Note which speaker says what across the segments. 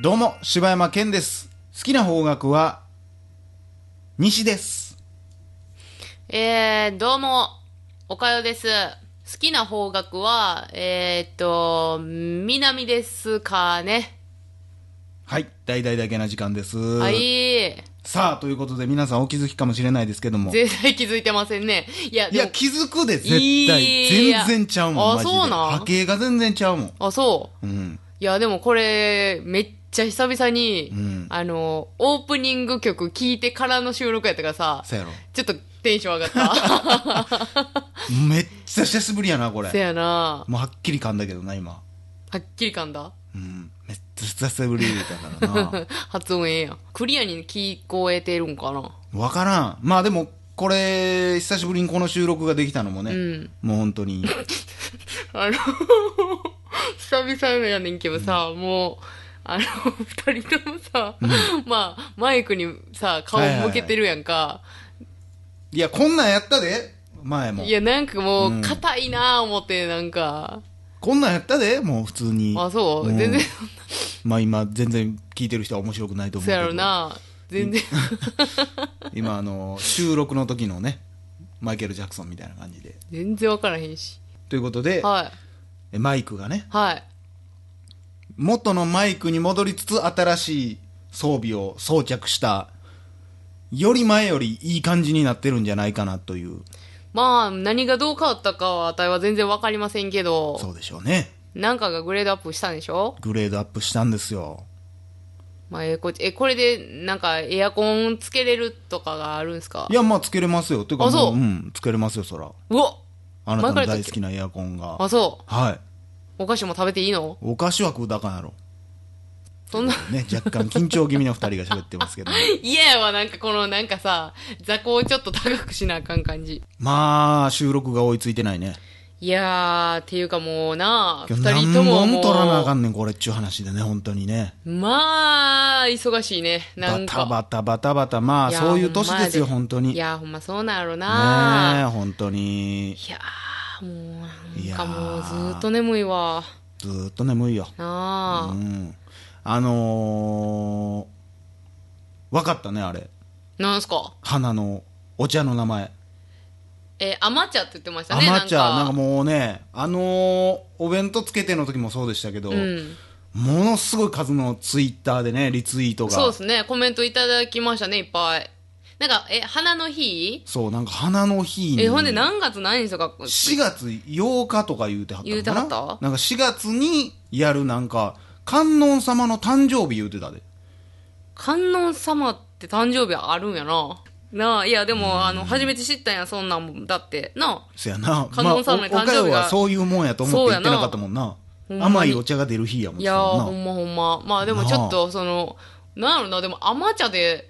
Speaker 1: どうも、柴山健です。好きな方角は、西です。
Speaker 2: えー、どうも、おかよです。好きな方角は、えー、っと、南ですかね。
Speaker 1: はい、大々だけな時間です。
Speaker 2: はい。
Speaker 1: さあ、ということで皆さんお気づきかもしれないですけども。い
Speaker 2: 絶対気づいてませんね。いや、で
Speaker 1: や、
Speaker 2: も
Speaker 1: 気づくで、絶対。
Speaker 2: いや
Speaker 1: 全然ちゃうもん。
Speaker 2: あ
Speaker 1: マジで
Speaker 2: そうなん
Speaker 1: 波形が全然ちゃうもん。
Speaker 2: あ、そう。
Speaker 1: うん。
Speaker 2: いや、でもこれ、めっちゃ久々に、
Speaker 1: うん
Speaker 2: あの、オープニング曲聴いてからの収録やったからさ、
Speaker 1: そや ろ。
Speaker 2: ちょっとテンション上が った。
Speaker 1: めっちゃ久しぶりやな、こ
Speaker 2: せ
Speaker 1: れ。
Speaker 2: やな。
Speaker 1: もうはっきり噛んだけどな、今。
Speaker 2: はっきり噛んだ
Speaker 1: うん。めっちゃ久しぶりだから な。
Speaker 2: 発音ええやん。クリアに聞こえてるんかな
Speaker 1: わからん。まあでも、これ、久しぶりにこの収録ができたのもね、
Speaker 2: うん
Speaker 1: もう本当に。
Speaker 2: あの、久々やねんけどさ、もう、あの、二人ともさ、まあ、マイクにさ、顔向けてるやんか。
Speaker 1: いや、こんなんやったで、前
Speaker 2: い
Speaker 1: も。
Speaker 2: や、なんかも
Speaker 1: うん
Speaker 2: う、硬いなぁ思って、なんか。
Speaker 1: こんなんやったで、もう普通に。
Speaker 2: あ、そう、
Speaker 1: ん
Speaker 2: 全然、
Speaker 1: まあ今、全然聞いてる人は面白くないと思う
Speaker 2: そう
Speaker 1: け
Speaker 2: や
Speaker 1: ど。
Speaker 2: ろな全然。
Speaker 1: 今、あの、収録の時のね、マイケル・ジャクソンみたいな感じで。
Speaker 2: 全然わからへんし。
Speaker 1: ということで、
Speaker 2: はい。
Speaker 1: えマイクがね、
Speaker 2: はい。
Speaker 1: 元のマイクに戻りつつ、新しい装備を装着した、より前よりいい感じになってるんじゃないかなという。
Speaker 2: まあ、何がどう変わったかは、あたいは全然わかりませんけ
Speaker 1: そ
Speaker 2: ど、
Speaker 1: うでしょうね。
Speaker 2: なんかがグレードアップしたんでしょ
Speaker 1: グレードアップしたんですよ。
Speaker 2: まあ、えこ、え、これで、なんか、エアコンつけれるとかがあるんすか
Speaker 1: いや、まあ、つけれますよ。てか、
Speaker 2: あそ
Speaker 1: も
Speaker 2: う
Speaker 1: うん、つけれますよ、そら。
Speaker 2: うわ
Speaker 1: あなたの
Speaker 2: 前から
Speaker 1: 大
Speaker 2: やっ
Speaker 1: 好
Speaker 2: たっ
Speaker 1: きなエアコンが。
Speaker 2: あ、そう。
Speaker 1: はい。
Speaker 2: お菓子も食べていいの
Speaker 1: お菓子は食うだかんやろ。
Speaker 2: そん な、
Speaker 1: ね、若干緊張気味な二人が喋ってますけど。
Speaker 2: 嫌やわ、なんかこの、なんかさ、雑魚をちょっと高くしなあかん感じ。
Speaker 1: まあ、収録が追いついてないね。
Speaker 2: いやー、っていうかもうなあ、
Speaker 1: 今
Speaker 2: 二
Speaker 1: 日
Speaker 2: 人と
Speaker 1: 何
Speaker 2: もも
Speaker 1: 本
Speaker 2: う。
Speaker 1: 取らなあかんねん、これっちゅう話でね、本当にね。
Speaker 2: まあ、忙しいね、な
Speaker 1: バ
Speaker 2: ん
Speaker 1: タ
Speaker 2: か。
Speaker 1: バタバタバタ、まあ、
Speaker 2: いや
Speaker 1: そういう年ですよ、
Speaker 2: ほ
Speaker 1: 本当
Speaker 2: い
Speaker 1: に。ね
Speaker 2: やー、ほんまそうなんやろ
Speaker 1: え、
Speaker 2: な、
Speaker 1: 本当に。
Speaker 2: いやー、もう、
Speaker 1: い
Speaker 2: な
Speaker 1: や
Speaker 2: ん
Speaker 1: ー
Speaker 2: かもうずーっと眠いわ。
Speaker 1: ずーっと眠いよ。う
Speaker 2: なあ、
Speaker 1: ん。あのー、わかったね、あれ。
Speaker 2: なんすか
Speaker 1: 花の、お茶の名前。
Speaker 2: えアマチャって言ってました
Speaker 1: ア
Speaker 2: ね、
Speaker 1: マチャー、なんか
Speaker 2: も
Speaker 1: もうね、あのーお弁当つけての時もそうでしたけど、
Speaker 2: うん。
Speaker 1: ものすごい数のツイッターでね、リツイートが。
Speaker 2: そうですね、コメントいただきましたね、いっぱい。なんか、え、花の日
Speaker 1: そう、なんか花の日に。
Speaker 2: え、ほんで何月何日とか、
Speaker 1: 4月8日とか言うてはったのかな
Speaker 2: 言うてはった
Speaker 1: なんか4月にやるなんか、観音様の誕生日言うてたで。
Speaker 2: 観音様って誕生日あるんやな。なあ、いや、でも、あの、初めて知ったんや、そんなんもん。だって、なあ、
Speaker 1: せやな。
Speaker 2: 観音様の誕生日が
Speaker 1: まあ、おおかよはそういうもんやと思って言ってなかったもんな。
Speaker 2: そうやなほんま
Speaker 1: 甘
Speaker 2: に
Speaker 1: いお茶が出る日やもん
Speaker 2: いやー、
Speaker 1: そ
Speaker 2: ほ
Speaker 1: うやなん
Speaker 2: まほんま。まあ、でもちょっと、その、なんやろな、でも、甘茶で、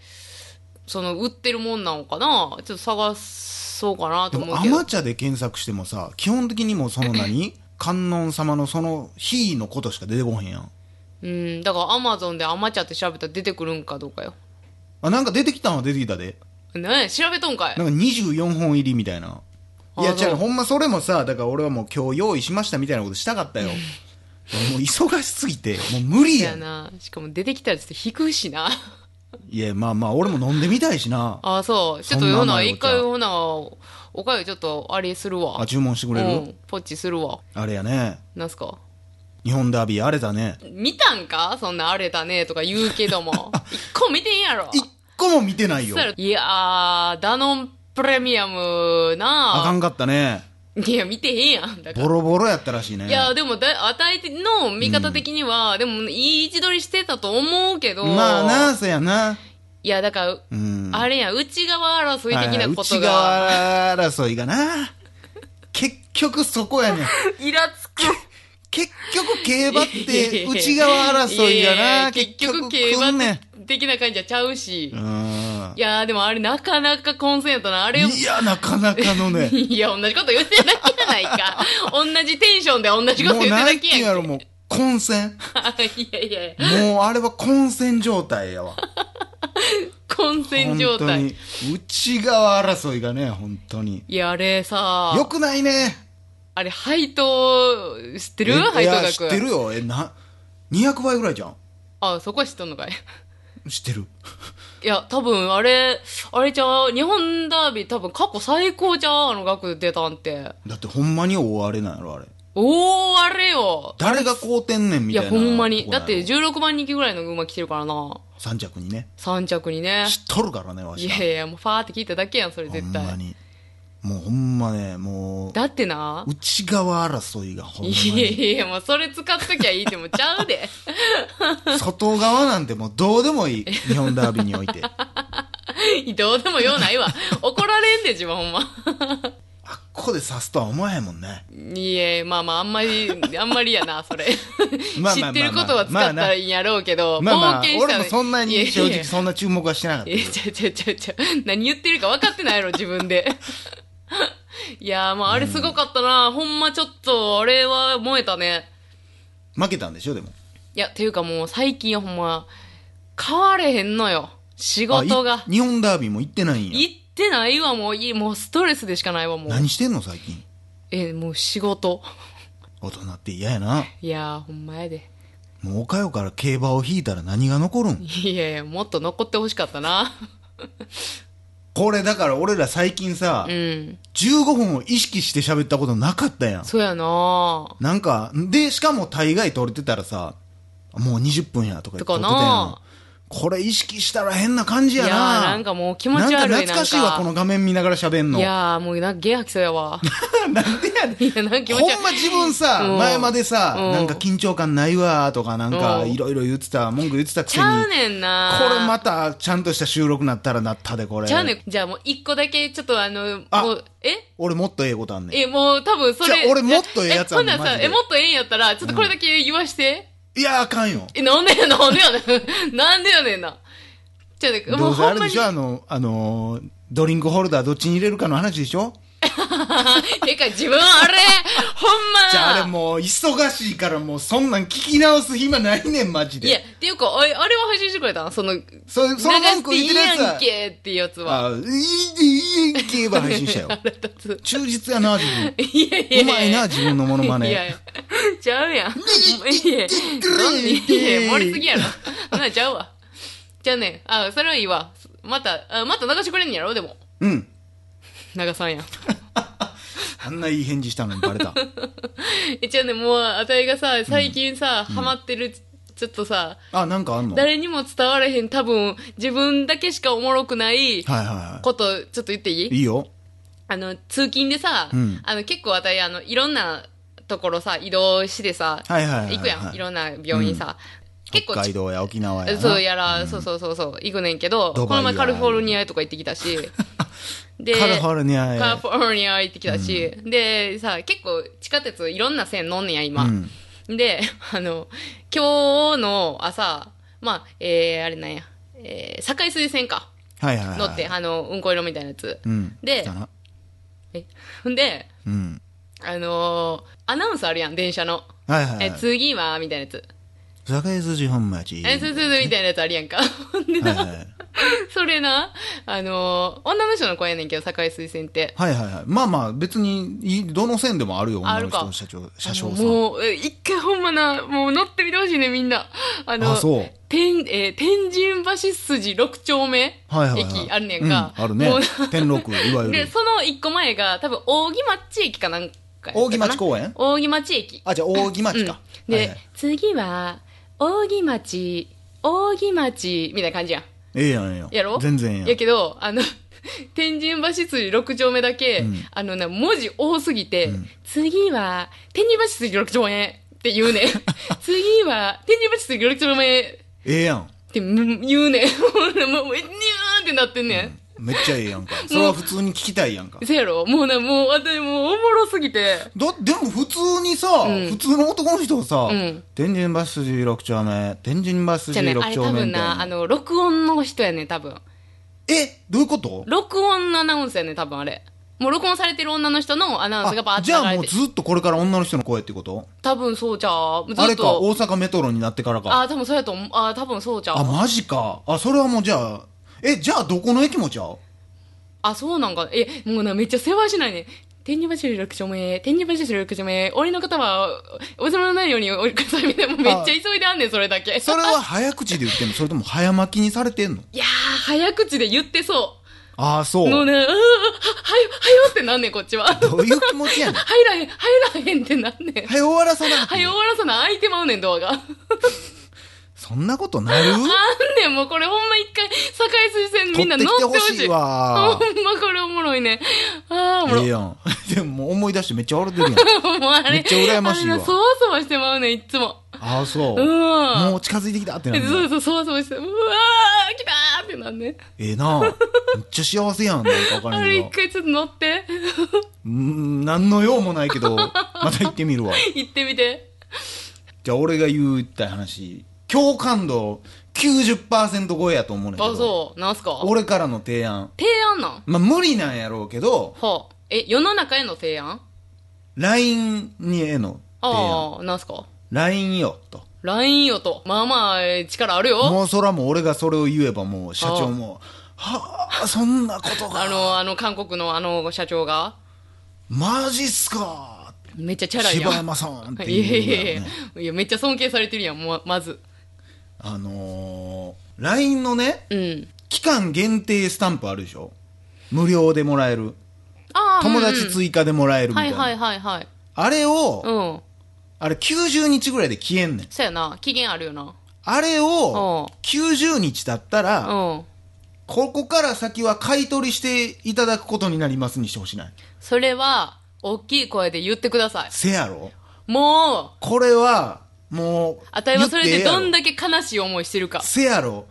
Speaker 2: その、売ってるもんなのかな。ちょっと探そうかなと
Speaker 1: で
Speaker 2: 思
Speaker 1: も、
Speaker 2: うけど
Speaker 1: 甘。茶で検索してもさ、基本的にもうその 何観音様のその日のことしか出てこへんやん。
Speaker 2: うん、だから、アマゾンで甘茶って調べたら出てくるんかどうかよ。
Speaker 1: あ、なんか出てきたんは出てきたで。
Speaker 2: ねえ、調べとんかい
Speaker 1: な。んか24本入りみたいな。いや、
Speaker 2: あそう
Speaker 1: 違う、ほんまそれもさ、だから俺はもう今日用意しましたみたいなことしたか ったよ。もう忙しすぎて、もう無理
Speaker 2: い
Speaker 1: や
Speaker 2: や
Speaker 1: ん。
Speaker 2: な。しかも出てきたらちょっと引くしな。
Speaker 1: いや、まあまあ、俺も飲んでみたいしな。
Speaker 2: ああ、そう。ちょっ
Speaker 1: そ
Speaker 2: と、
Speaker 1: んな
Speaker 2: ほ
Speaker 1: 甘
Speaker 2: な、
Speaker 1: いお
Speaker 2: 一
Speaker 1: 茶
Speaker 2: 回、ほな、おかゆちょっと、あれするわ。
Speaker 1: あ、注文してくれる、
Speaker 2: うん、ポッチするわ。
Speaker 1: あれやね。
Speaker 2: なんすか
Speaker 1: 日本ダービー荒れたね。
Speaker 2: 見たんかそんな荒れたねとか言うけ ども。一個見てんやろ。
Speaker 1: 一個も見てないよ
Speaker 2: そ。したらいやー、ダノンプレミアム
Speaker 1: あか
Speaker 2: なん
Speaker 1: かったね。
Speaker 2: いや、見てへんやん。だか
Speaker 1: ボ
Speaker 2: ら。
Speaker 1: ロボロやったらしいね。
Speaker 2: いや、でもだ、与えての見方的には、でも、いい位置取りしてたと思うけど。
Speaker 1: まあな、そやな。
Speaker 2: いや、だから、
Speaker 1: うん。
Speaker 2: あれやん、内側争い
Speaker 1: はい
Speaker 2: 的
Speaker 1: はい
Speaker 2: なこ
Speaker 1: 内
Speaker 2: とが、
Speaker 1: 側争いが な。結局そこやねん。
Speaker 2: イラつく。
Speaker 1: 結局競馬って内側争いが
Speaker 2: い やい
Speaker 1: な
Speaker 2: や
Speaker 1: 結
Speaker 2: 結
Speaker 1: 局
Speaker 2: 局、
Speaker 1: 来
Speaker 2: 競
Speaker 1: んねん
Speaker 2: 馬的な感じはちゃうし。
Speaker 1: うん
Speaker 2: いやー、でもあれ、なかなか混戦やったな。あれ、
Speaker 1: いやなかなかの ね
Speaker 2: いや、同じこと言ってないじゃないか。同じテンションで同じこと
Speaker 1: もう
Speaker 2: 言って
Speaker 1: 何
Speaker 2: るだ
Speaker 1: て
Speaker 2: け
Speaker 1: 言うんや
Speaker 2: やん
Speaker 1: ろもう混戦
Speaker 2: け。いやいやいや、
Speaker 1: もうあれは混戦状態やわ
Speaker 2: 混戦
Speaker 1: 本
Speaker 2: 状
Speaker 1: 当
Speaker 2: 態。
Speaker 1: に内側争いがね本当に
Speaker 2: いや、あれさ、
Speaker 1: よくないね
Speaker 2: あれ、配当、知ってる
Speaker 1: えい
Speaker 2: 配当
Speaker 1: や
Speaker 2: 額。
Speaker 1: 知ってるよえな200倍ぐらいじゃん
Speaker 2: あ、そこは知っとんのかい。
Speaker 1: 知ってる
Speaker 2: いや、多分、あれ、あれちゃう、日本ダービー多分過去最高じゃう、あの額出たんて。
Speaker 1: だってほんまに大荒れなんやろあれ
Speaker 2: おー、あれよ。
Speaker 1: 誰が買うてんねんみ
Speaker 2: い
Speaker 1: たい
Speaker 2: や、
Speaker 1: な
Speaker 2: ほんまに。
Speaker 1: とこ
Speaker 2: だ
Speaker 1: なん
Speaker 2: っ
Speaker 1: やろ
Speaker 2: て16万人気ぐらいの馬来てるからな。
Speaker 1: 3着にね
Speaker 2: 3着にね。
Speaker 1: 知っとるからねわ
Speaker 2: い
Speaker 1: しら
Speaker 2: やいや、もうファーって聞いただけやん、それ
Speaker 1: ほん
Speaker 2: 絶
Speaker 1: ま
Speaker 2: 対。
Speaker 1: にもうほんまねもう
Speaker 2: だってな。
Speaker 1: 内側争いがほんま
Speaker 2: いや
Speaker 1: に
Speaker 2: いや、もうそれ使っときゃいいってもちゃうで。
Speaker 1: 外側なんてもうどうでもいい日本ダービーにおいてあ
Speaker 2: どうでもようないわ。怒られんで、自分ほんま。
Speaker 1: っこで刺すとは思えへんもんね
Speaker 2: いえ、まあまあ、あんまり、あんまりやな、それ。
Speaker 1: まあまあまあ
Speaker 2: 知
Speaker 1: まあ
Speaker 2: ってることは使ったらいいんやろうけど、
Speaker 1: まあまあ
Speaker 2: 冒険した
Speaker 1: 俺
Speaker 2: ら
Speaker 1: もそんない
Speaker 2: やい
Speaker 1: に
Speaker 2: や
Speaker 1: 正直そんな注目はしてなかった
Speaker 2: え、ちゃちゃちゃちゃ、何言ってるか分かってないやろ、自分で。 いやー、まあ、あれすごかったな。ほんまちょっと、あれは燃えたね。
Speaker 1: 負けたんでしょでも
Speaker 2: いや、ていうかもう最近はほんま、変われへんのよ。仕
Speaker 1: あい
Speaker 2: 事が。
Speaker 1: 日本ダービーも行ってないんや
Speaker 2: 行ってないわ、もういい。もうストレスでしかないわ、もう。
Speaker 1: 何してんの最近
Speaker 2: え、もう仕事。
Speaker 1: 大人って嫌やない
Speaker 2: やー、ほんまやで。
Speaker 1: もうおかよから競馬を引いたら何が残るん
Speaker 2: いやいや、もっと残ってほしかったな。
Speaker 1: これだから俺ら最近さ、
Speaker 2: うん。
Speaker 1: 15分を意識して喋ったことなかったやん
Speaker 2: そうやな
Speaker 1: なんかでしかも大概撮れてたらさもう20分やとか言って撮ってたや
Speaker 2: とか
Speaker 1: ん
Speaker 2: な
Speaker 1: これ意識したら変な感じ
Speaker 2: い
Speaker 1: や
Speaker 2: や
Speaker 1: な
Speaker 2: ー、なんかもう気持ち悪い。
Speaker 1: なんか懐かしいわこの画面見ながら喋んの
Speaker 2: いやー、もうなんかゲー吐きそうやわ。
Speaker 1: なんでやねん
Speaker 2: いや、なんか気持ち
Speaker 1: ほんま
Speaker 2: 悪い。
Speaker 1: 自分さ、
Speaker 2: うん
Speaker 1: 前までさ、
Speaker 2: うん
Speaker 1: なんか緊張感ないわとか、なんか
Speaker 2: うん
Speaker 1: いろいろ言ってた、文句言ってたく
Speaker 2: ち
Speaker 1: せに、
Speaker 2: ゃう
Speaker 1: こ
Speaker 2: ねんな
Speaker 1: れまたちゃんとした収録なったらなったで、これ。
Speaker 2: ちゃうねん。じゃあもう一個だけ、ちょっとあの、
Speaker 1: あ
Speaker 2: もう、え
Speaker 1: 俺もっとええことあんね
Speaker 2: え、もう多分そ
Speaker 1: じ
Speaker 2: れ。
Speaker 1: ゃあ俺もっとええやつあ
Speaker 2: ほ
Speaker 1: ん
Speaker 2: ん
Speaker 1: ねん
Speaker 2: なら
Speaker 1: マ
Speaker 2: さ、
Speaker 1: ジで
Speaker 2: え、もっとええんやったら、ちょっとこれだけ言わして。
Speaker 1: ん。いや、あかんよ。
Speaker 2: え、なんでやねん、なんでやねん。 なんでやねんな。ちょっと、
Speaker 1: ど
Speaker 2: もう
Speaker 1: うせあ
Speaker 2: ほん
Speaker 1: れ
Speaker 2: ま
Speaker 1: で
Speaker 2: に
Speaker 1: しょ、、あの、あのー、ドリンクホルダーどっちに入れるかの話でしょ
Speaker 2: てか自分あれ、ほんま。
Speaker 1: じゃああれもう忙しいからもうそんなん聞き直す暇ないねん、マジで。
Speaker 2: いや、っていうか、あれ、あれは配信してくれたのその、流
Speaker 1: そその文句言っ
Speaker 2: してていい
Speaker 1: るやつ
Speaker 2: や
Speaker 1: は
Speaker 2: ん。けっていうやつは。。
Speaker 1: あ、いいでいいやんけば配信したよ
Speaker 2: 腹立つ。
Speaker 1: 忠実やな、自分。
Speaker 2: いやいや
Speaker 1: うまいな、自分のモノマネ。
Speaker 2: いやいや、ちゃうやん。いや、どんでいや、盛りすぎやろ。そんなんちゃうわ。じゃあね、あ、それはいいわ。また、あまた流してくれんやろでも。
Speaker 1: うん。
Speaker 2: 長さんやん。
Speaker 1: あんないい返事したのにバ レた。
Speaker 2: え、じゃあね、もう、あたいがさ、最近さ、ハマってる、ちょっとさ、
Speaker 1: あ、なんかあんのはい
Speaker 2: 誰にも伝われへん、多分、自分だけしかおもろくない
Speaker 1: はいは
Speaker 2: こと、ちょっと言っていい
Speaker 1: い。いいよ。
Speaker 2: あの、通勤でさ、
Speaker 1: うん
Speaker 2: あの、結構私、あの、いろんなところさ、移動してさ、
Speaker 1: はいはいはいはい
Speaker 2: 行くやん。いろんな病院さ。結構
Speaker 1: 北海道や沖縄やな。
Speaker 2: そうやら、そうそうそうそう、行くねんけど、
Speaker 1: ドバイや
Speaker 2: この前カリフォルニアとか行ってき たし、で、
Speaker 1: カリフォルニア
Speaker 2: カリ
Speaker 1: や。
Speaker 2: フォルニア行ってきたし、で、さ、結構地下鉄いろんな線乗んねんや、今。
Speaker 1: うん
Speaker 2: で、 あの、今日の朝、まあ、えー、あれなんや、えー、堺筋線か、
Speaker 1: はいはいはい。
Speaker 2: 乗って、あの、うんこ色みたいなやつ。
Speaker 1: うん。
Speaker 2: で
Speaker 1: だな
Speaker 2: えほんで、
Speaker 1: うん。
Speaker 2: あのーアナウンスあるやん、電車の。
Speaker 1: はいはい
Speaker 2: え、
Speaker 1: はい。
Speaker 2: 次は、みたいなやつ。
Speaker 1: 堺筋本町。
Speaker 2: え、すずみたいなやつある やんか。ほんで
Speaker 1: は
Speaker 2: な、
Speaker 1: いはいはい
Speaker 2: それな、あのー女の人の声やねんけど、堺水線って。
Speaker 1: はいはいはい。まあまあ、別にいい、どの線でもあるよ、
Speaker 2: あ
Speaker 1: 女の
Speaker 2: るか
Speaker 1: 人の社長、車掌
Speaker 2: あ
Speaker 1: さ
Speaker 2: の
Speaker 1: ん。
Speaker 2: もう、え一回ほんまな、もう乗ってみてほしいね、みんな。あの、
Speaker 1: あ、そう。
Speaker 2: 天、えー天神橋筋6丁目、
Speaker 1: はいはいはい。
Speaker 2: 駅あるねんか。
Speaker 1: うんあるね
Speaker 2: もう。
Speaker 1: 天禄、いわゆ
Speaker 2: で、
Speaker 1: る。
Speaker 2: その一個前が、多分、扇町駅かなんかやったかな。
Speaker 1: 扇町公園
Speaker 2: 扇町駅。
Speaker 1: あ、じゃあ、扇町か。
Speaker 2: で、
Speaker 1: はいはい
Speaker 2: 次は、扇町、扇町、みたいな感じやん。
Speaker 1: ええやん、ええやん。
Speaker 2: やろ
Speaker 1: 全然ええやん
Speaker 2: や。けど、あの、 天神橋筋6丁目だけ、
Speaker 1: ん
Speaker 2: あのね、文字多すぎて、次は、天神橋筋6丁目って言 うねん。次は、天神橋筋6丁目っ
Speaker 1: ええやん。
Speaker 2: てむ言うねん。 ほんでもう、えにゅーんってなってんねん。
Speaker 1: めっちゃええやんか。それは普通に聞きたいやんか。
Speaker 2: せやろもうな、もう、私もうおもろすぎて。
Speaker 1: だでも普通にさ、
Speaker 2: うん
Speaker 1: 普通の男の人がさ、
Speaker 2: うん
Speaker 1: 天神バス16丁目、天神バス
Speaker 2: じゃあね、あ
Speaker 1: 16
Speaker 2: れ
Speaker 1: 丁
Speaker 2: 多
Speaker 1: 目
Speaker 2: 分
Speaker 1: みたい
Speaker 2: な、あ
Speaker 1: な。
Speaker 2: の、録音の人やねん、多分。
Speaker 1: えどういうこと
Speaker 2: 録音のアナウンスやねん、多分あれ。もう録音されてる女の人のアナウンスがバー
Speaker 1: あ
Speaker 2: っ
Speaker 1: じ
Speaker 2: て
Speaker 1: ゃあ
Speaker 2: 流
Speaker 1: も
Speaker 2: れ
Speaker 1: う
Speaker 2: て。
Speaker 1: ずっとこれから女の人の声ってこと
Speaker 2: 多分そうちゃう。ずっと。
Speaker 1: あれか、大阪メトロになってからか。
Speaker 2: あー、多分そうやと思う。あー、多分そうちゃ
Speaker 1: あ、
Speaker 2: う。
Speaker 1: マジか。あ、それはもうじゃあ、え、じゃあどこの駅もちゃう
Speaker 2: あ、そうなんか。え、もうな、めっちゃ世話しないね。天に柱6丁目、天に柱6丁目、俺の方は、おお世話のないようにおくださいみたいな、もうめっちゃ急いであんねん、それだけ。
Speaker 1: それは早口で言ってんのそれとも早巻きにされてんの
Speaker 2: いやー、早口で言ってそ。
Speaker 1: ああ、そうう。
Speaker 2: もうね、うーは、はよ、はよってなんねん、こっちは。
Speaker 1: どういう気持ちやねん。
Speaker 2: 入らへん、入らへんってなん ねん。
Speaker 1: 早終わらさなあかん
Speaker 2: はよ終わらさな、開いてまうねん、ドアが。あん
Speaker 1: そんなことなる
Speaker 2: ねん、もうこれほんま一回、境筋線みんな乗ってほ
Speaker 1: 取ってきてほ
Speaker 2: し
Speaker 1: し
Speaker 2: い。
Speaker 1: いわ
Speaker 2: ほんまこれおもろいね。ああ、おもろ
Speaker 1: ええ。やん。 でももう思い出してめっちゃ笑ってるやん。
Speaker 2: もうあれ、
Speaker 1: めっちゃ羨ましいわ
Speaker 2: あんなそわそわしてまうねん、いっつも。
Speaker 1: ああ、そうう。
Speaker 2: ん。
Speaker 1: もう近づいてきたってなるんだ
Speaker 2: そうそう、そわそわして、うわー、来たーってなんね。
Speaker 1: ええなめっちゃ幸せやん。なんかわから
Speaker 2: あ
Speaker 1: ん
Speaker 2: れ
Speaker 1: け
Speaker 2: 一
Speaker 1: ど。
Speaker 2: 回ちょっと乗って、
Speaker 1: うーん、何の用もないけど、また行ってみるわ。
Speaker 2: 行ってみて。
Speaker 1: じゃあ俺が言ったい話、共感度90%超えやと思うねんけど。
Speaker 2: あ、そう、なんすか
Speaker 1: 俺からの提案。
Speaker 2: 提案なん
Speaker 1: まあ無理なんやろうけど、
Speaker 2: ほう。え、世の中への提案
Speaker 1: LINE にへの提案。
Speaker 2: ああ、なんすか
Speaker 1: LINE よ、と。
Speaker 2: ?LINE よと。まあまあ、えー力あるよ。
Speaker 1: もうそらもう俺がそれを言えばもう社長も、はあ、そんなこと
Speaker 2: あ
Speaker 1: が、
Speaker 2: の、あの、韓国のあの、社長が。
Speaker 1: マジっすか
Speaker 2: めっちゃチャラい
Speaker 1: 柴
Speaker 2: やん。
Speaker 1: 山さんって
Speaker 2: い
Speaker 1: い
Speaker 2: や
Speaker 1: う
Speaker 2: い
Speaker 1: ぐら
Speaker 2: や
Speaker 1: い
Speaker 2: い
Speaker 1: の
Speaker 2: や
Speaker 1: ね。
Speaker 2: いや、めっちゃ尊敬されてるやん、もうまず。
Speaker 1: あのー、LINE のね、
Speaker 2: うん。
Speaker 1: 期間限定スタンプあるでしょ無料でもらえる。
Speaker 2: ああ、
Speaker 1: 友
Speaker 2: うん
Speaker 1: 達
Speaker 2: うん
Speaker 1: 追加でもらえるみた
Speaker 2: はいい
Speaker 1: な。
Speaker 2: はいはいはい。
Speaker 1: あれを、
Speaker 2: うん。
Speaker 1: あれ90日ぐらいで消えんねん。
Speaker 2: そうやな。期限あるよな。
Speaker 1: あれを
Speaker 2: う、
Speaker 1: 90日だった
Speaker 2: う
Speaker 1: ら、
Speaker 2: ん。
Speaker 1: ここから先は買い取りしていただくことになりますにしてほしない。
Speaker 2: それは、大きい声で言ってください。
Speaker 1: せやろ
Speaker 2: もう、
Speaker 1: これは、もう、
Speaker 2: あたいはそれ
Speaker 1: 言っ
Speaker 2: で
Speaker 1: てええやろ
Speaker 2: どんだけ悲しい思いしてるか。
Speaker 1: せやろ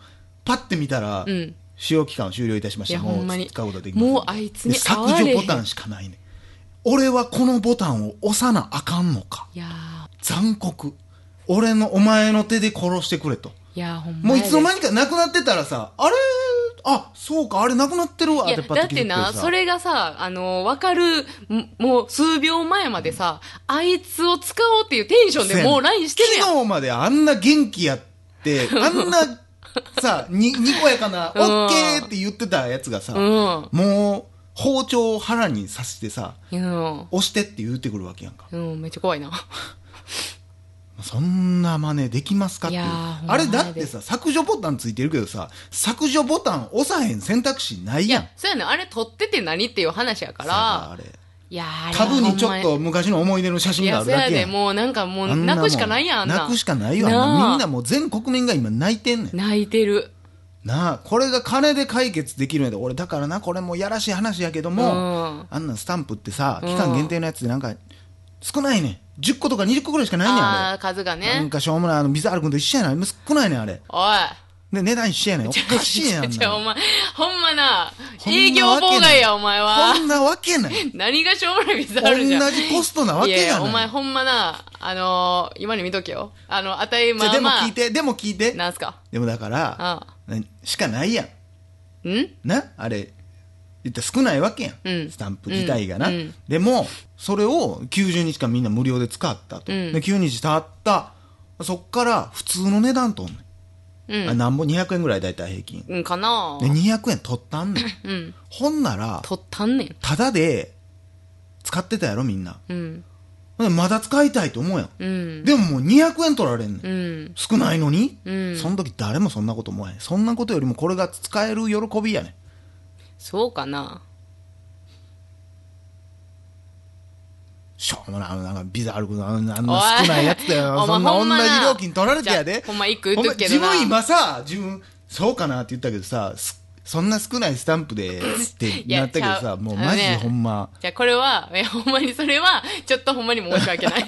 Speaker 1: パッて見たら、
Speaker 2: うん。
Speaker 1: 使用期間を終了いたしました
Speaker 2: いやほんまに
Speaker 1: 使うことはできません
Speaker 2: もうあいつに
Speaker 1: で
Speaker 2: 会われへん
Speaker 1: 削除ボタンしかないねん俺はこのボタンを押さなあかんのか
Speaker 2: いや
Speaker 1: 残酷俺のお前の手で殺してくれと
Speaker 2: ー、いやーほんま
Speaker 1: もうい
Speaker 2: やで
Speaker 1: つの間にかなくなってたらさあれあそうかあれなくなってるわ
Speaker 2: い
Speaker 1: っ
Speaker 2: や、
Speaker 1: てパ
Speaker 2: だ
Speaker 1: ッ
Speaker 2: って
Speaker 1: 気づ
Speaker 2: て
Speaker 1: いさ
Speaker 2: な、それがさ、あのー、わかる、んもう数秒前までさ、あいつを使おうっていうテンション
Speaker 1: せ
Speaker 2: で
Speaker 1: やねん
Speaker 2: もう LINE してるやん。
Speaker 1: 昨日まであんな元気や ってあんなさににこやかなオ
Speaker 2: うん
Speaker 1: ッケーって言ってたやつがさ、
Speaker 2: うん。
Speaker 1: もう包丁を腹に刺してさ
Speaker 2: うん。
Speaker 1: 押してって言うてくるわけやんか
Speaker 2: うん、めっちゃ怖いな。
Speaker 1: そんな真似できますかっていう
Speaker 2: いやーほん
Speaker 1: あ
Speaker 2: まや
Speaker 1: れ
Speaker 2: で
Speaker 1: だってさ削除ボタンついてるけどさ削除ボタン押さへん選択肢ない
Speaker 2: い
Speaker 1: やん
Speaker 2: や、そうやねんあれ撮ってて何っていう話やか
Speaker 1: さああれ
Speaker 2: ら。いやー、あれは
Speaker 1: タブにちょ
Speaker 2: ほんま
Speaker 1: っ
Speaker 2: に
Speaker 1: と昔の思い出の写
Speaker 2: い
Speaker 1: 真があ
Speaker 2: や、
Speaker 1: る
Speaker 2: そう
Speaker 1: だ
Speaker 2: や
Speaker 1: け
Speaker 2: で、
Speaker 1: やん
Speaker 2: もうなんかも
Speaker 1: あ
Speaker 2: うん
Speaker 1: な
Speaker 2: 泣
Speaker 1: もん
Speaker 2: くしかないやん、あんな。
Speaker 1: 泣くしかないよあん
Speaker 2: な
Speaker 1: な
Speaker 2: あ
Speaker 1: みんなもう全国民が今泣いてんねん
Speaker 2: 泣いてる。
Speaker 1: なあこれが金で解決できるんやで俺だからなこれもやらしい話やけど
Speaker 2: う
Speaker 1: も、
Speaker 2: ん。
Speaker 1: あんなんスタンプってさ
Speaker 2: うん
Speaker 1: 期間限定のやつでなんか少ないねん10個とか20個ぐらいしかないねんあ
Speaker 2: あー、数が
Speaker 1: れなん
Speaker 2: ね。
Speaker 1: かしょうもないあのビザール君と一緒やない少ないねんあれ
Speaker 2: おい。
Speaker 1: で値段一緒やねんおかしいやんあん
Speaker 2: ち
Speaker 1: な
Speaker 2: ょ、お
Speaker 1: ん
Speaker 2: 前、ほんまな、
Speaker 1: ほんなわけない
Speaker 2: 営業妨害や、お前は
Speaker 1: こ。んなわけない
Speaker 2: 何がしょうも ないビザあ
Speaker 1: 同
Speaker 2: るじゃん。
Speaker 1: じコストなわけ
Speaker 2: いやい
Speaker 1: や
Speaker 2: や、お前
Speaker 1: ない
Speaker 2: ほんまな、あのー、今に見とけよ。あの、あたい
Speaker 1: じゃあ
Speaker 2: ま
Speaker 1: で
Speaker 2: あ
Speaker 1: も
Speaker 2: ま
Speaker 1: 聞い
Speaker 2: あ、
Speaker 1: てでも聞いて
Speaker 2: なんすか
Speaker 1: でもだから
Speaker 2: あ
Speaker 1: なしかないやん
Speaker 2: あん
Speaker 1: なあれ言ったら少ないわけやん、
Speaker 2: うん
Speaker 1: スタンプ自体がな、
Speaker 2: うんうん
Speaker 1: でもそれを90日間みんな無料で使ったと、
Speaker 2: うん
Speaker 1: で9日経ったそっから普通の値段とんねん、
Speaker 2: う
Speaker 1: あ
Speaker 2: ん。
Speaker 1: なんぼ200円ぐらい大体平均
Speaker 2: うん、かな
Speaker 1: で200円取ったんねん
Speaker 2: うん。
Speaker 1: ほんなら
Speaker 2: 取ったんねん。
Speaker 1: ただで使ってたやろみんな
Speaker 2: うん。
Speaker 1: でまだ使いたいと思うやん、
Speaker 2: うん。
Speaker 1: でももう200円取られんねん、
Speaker 2: うん。
Speaker 1: 少ないのに、
Speaker 2: うん
Speaker 1: その時誰もそんなこと思わへんそんなことよりもこれが使える喜びやねん
Speaker 2: そうかな。
Speaker 1: しょうもない、あのなんかビザあること、あのあん
Speaker 2: お
Speaker 1: ない少ないやつだよ。
Speaker 2: お前
Speaker 1: そんな
Speaker 2: ほ
Speaker 1: 同
Speaker 2: んまな
Speaker 1: じ料金取られてや
Speaker 2: じ
Speaker 1: で
Speaker 2: ゃ。あほんま一個言っとくけ
Speaker 1: ほん
Speaker 2: ど
Speaker 1: ま
Speaker 2: な
Speaker 1: 自分今さ、自分、そうかなって言ったけどさ、すそんな少ないスタンプで、って
Speaker 2: いや
Speaker 1: なったけど
Speaker 2: ちゃ
Speaker 1: さ、
Speaker 2: う
Speaker 1: もう
Speaker 2: あの
Speaker 1: マ
Speaker 2: ね
Speaker 1: ジでほんま。
Speaker 2: じゃあこれは、いや、ほんまにそれは、ちょっとほんまに申し 訳ない。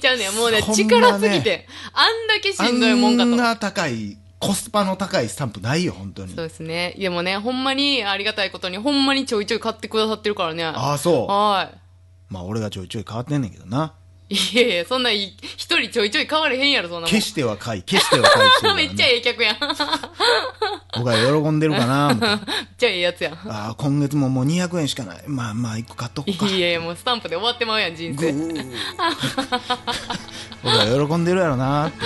Speaker 2: じゃあね、もうね、
Speaker 1: ほんまね
Speaker 2: 力すぎて、あんだけし
Speaker 1: あ
Speaker 2: んどいもんかと。
Speaker 1: んな高い、コスパの高いスタンプないよ、本当に
Speaker 2: そう。ですね。でもね、ほんまにありがたいことに、ほんまにちょいちょい買ってくださってるからね。
Speaker 1: ああ、そ
Speaker 2: は
Speaker 1: う。まあ俺がちょいちょい変わってんねんけどな。
Speaker 2: い。いやいや、そんない一人ちょいちょい買われへんやろ、そんなもん。
Speaker 1: 消しては買い、消しては買いしてるか
Speaker 2: め
Speaker 1: ら
Speaker 2: っちゃ
Speaker 1: ね。
Speaker 2: ええ客やん。めっ
Speaker 1: 僕は喜んでるかな、みたいな。
Speaker 2: ちゃええやつやん。
Speaker 1: ああ、今月ももう200円しかない。まあまあ、一個買っとこうか。
Speaker 2: いやいや、もうスタンプで終わってまうやん、人
Speaker 1: グ
Speaker 2: 生。
Speaker 1: ー 僕は喜んでるやろなって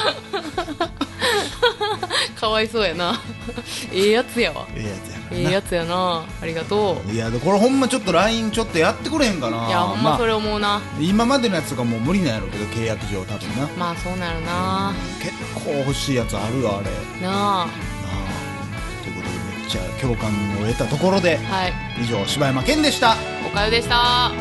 Speaker 2: かわいそうやな。ええやつやわ。
Speaker 1: いうやつやから
Speaker 2: ええええやつやなありがと
Speaker 1: いやでこれほんまちょっと LINE ちょっとやってくれへんか
Speaker 2: う
Speaker 1: ない
Speaker 2: やほんまそれ思うな
Speaker 1: あ、今までのやつがもう無理なんやろうけど契約上多分な
Speaker 2: まあそうなるな
Speaker 1: 結構欲しいやつあるよあれな
Speaker 2: なあ
Speaker 1: あということでめっちゃ共感を得たところで
Speaker 2: はい
Speaker 1: 以上柴山健でした
Speaker 2: おかゆでした